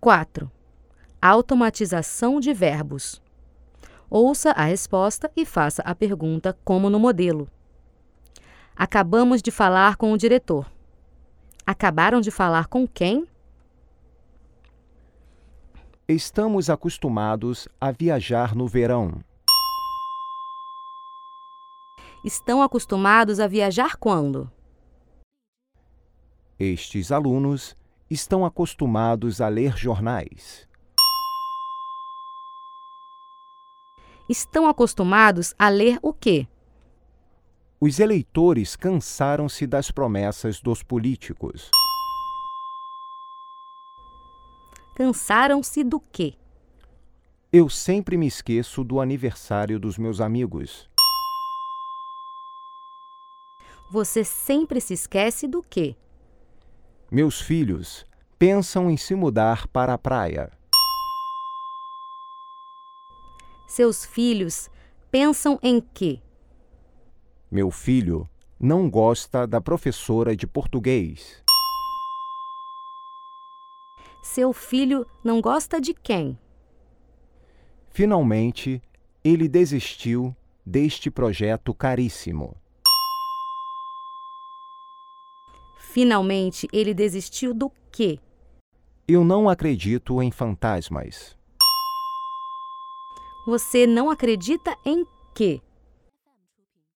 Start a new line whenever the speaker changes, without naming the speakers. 4. Automatização de verbos. Ouça a resposta e faça a pergunta como no modelo. Acabamos de falar com o diretor. Acabaram de falar com quem?
Estamos acostumados a viajar no verão.
Estão acostumados a viajar quando?
Estes alunos estão acostumados a ler jornais.
Estão acostumados a ler o quê?
Os eleitores cansaram-se das promessas dos políticos.
Cansaram-se do quê?
Eu sempre me esqueço do aniversário dos meus amigos.
Você sempre se esquece do quê?
Meus filhos pensam em se mudar para a praia.
Seus filhos pensam em quê?
Meu filho não gosta da professora de português.
Seu filho não gosta de quem?
Finalmente, ele desistiu deste projeto caríssimo.
Finalmente, ele desistiu do quê?
Eu não acredito em fantasmas.
Você não acredita em quê?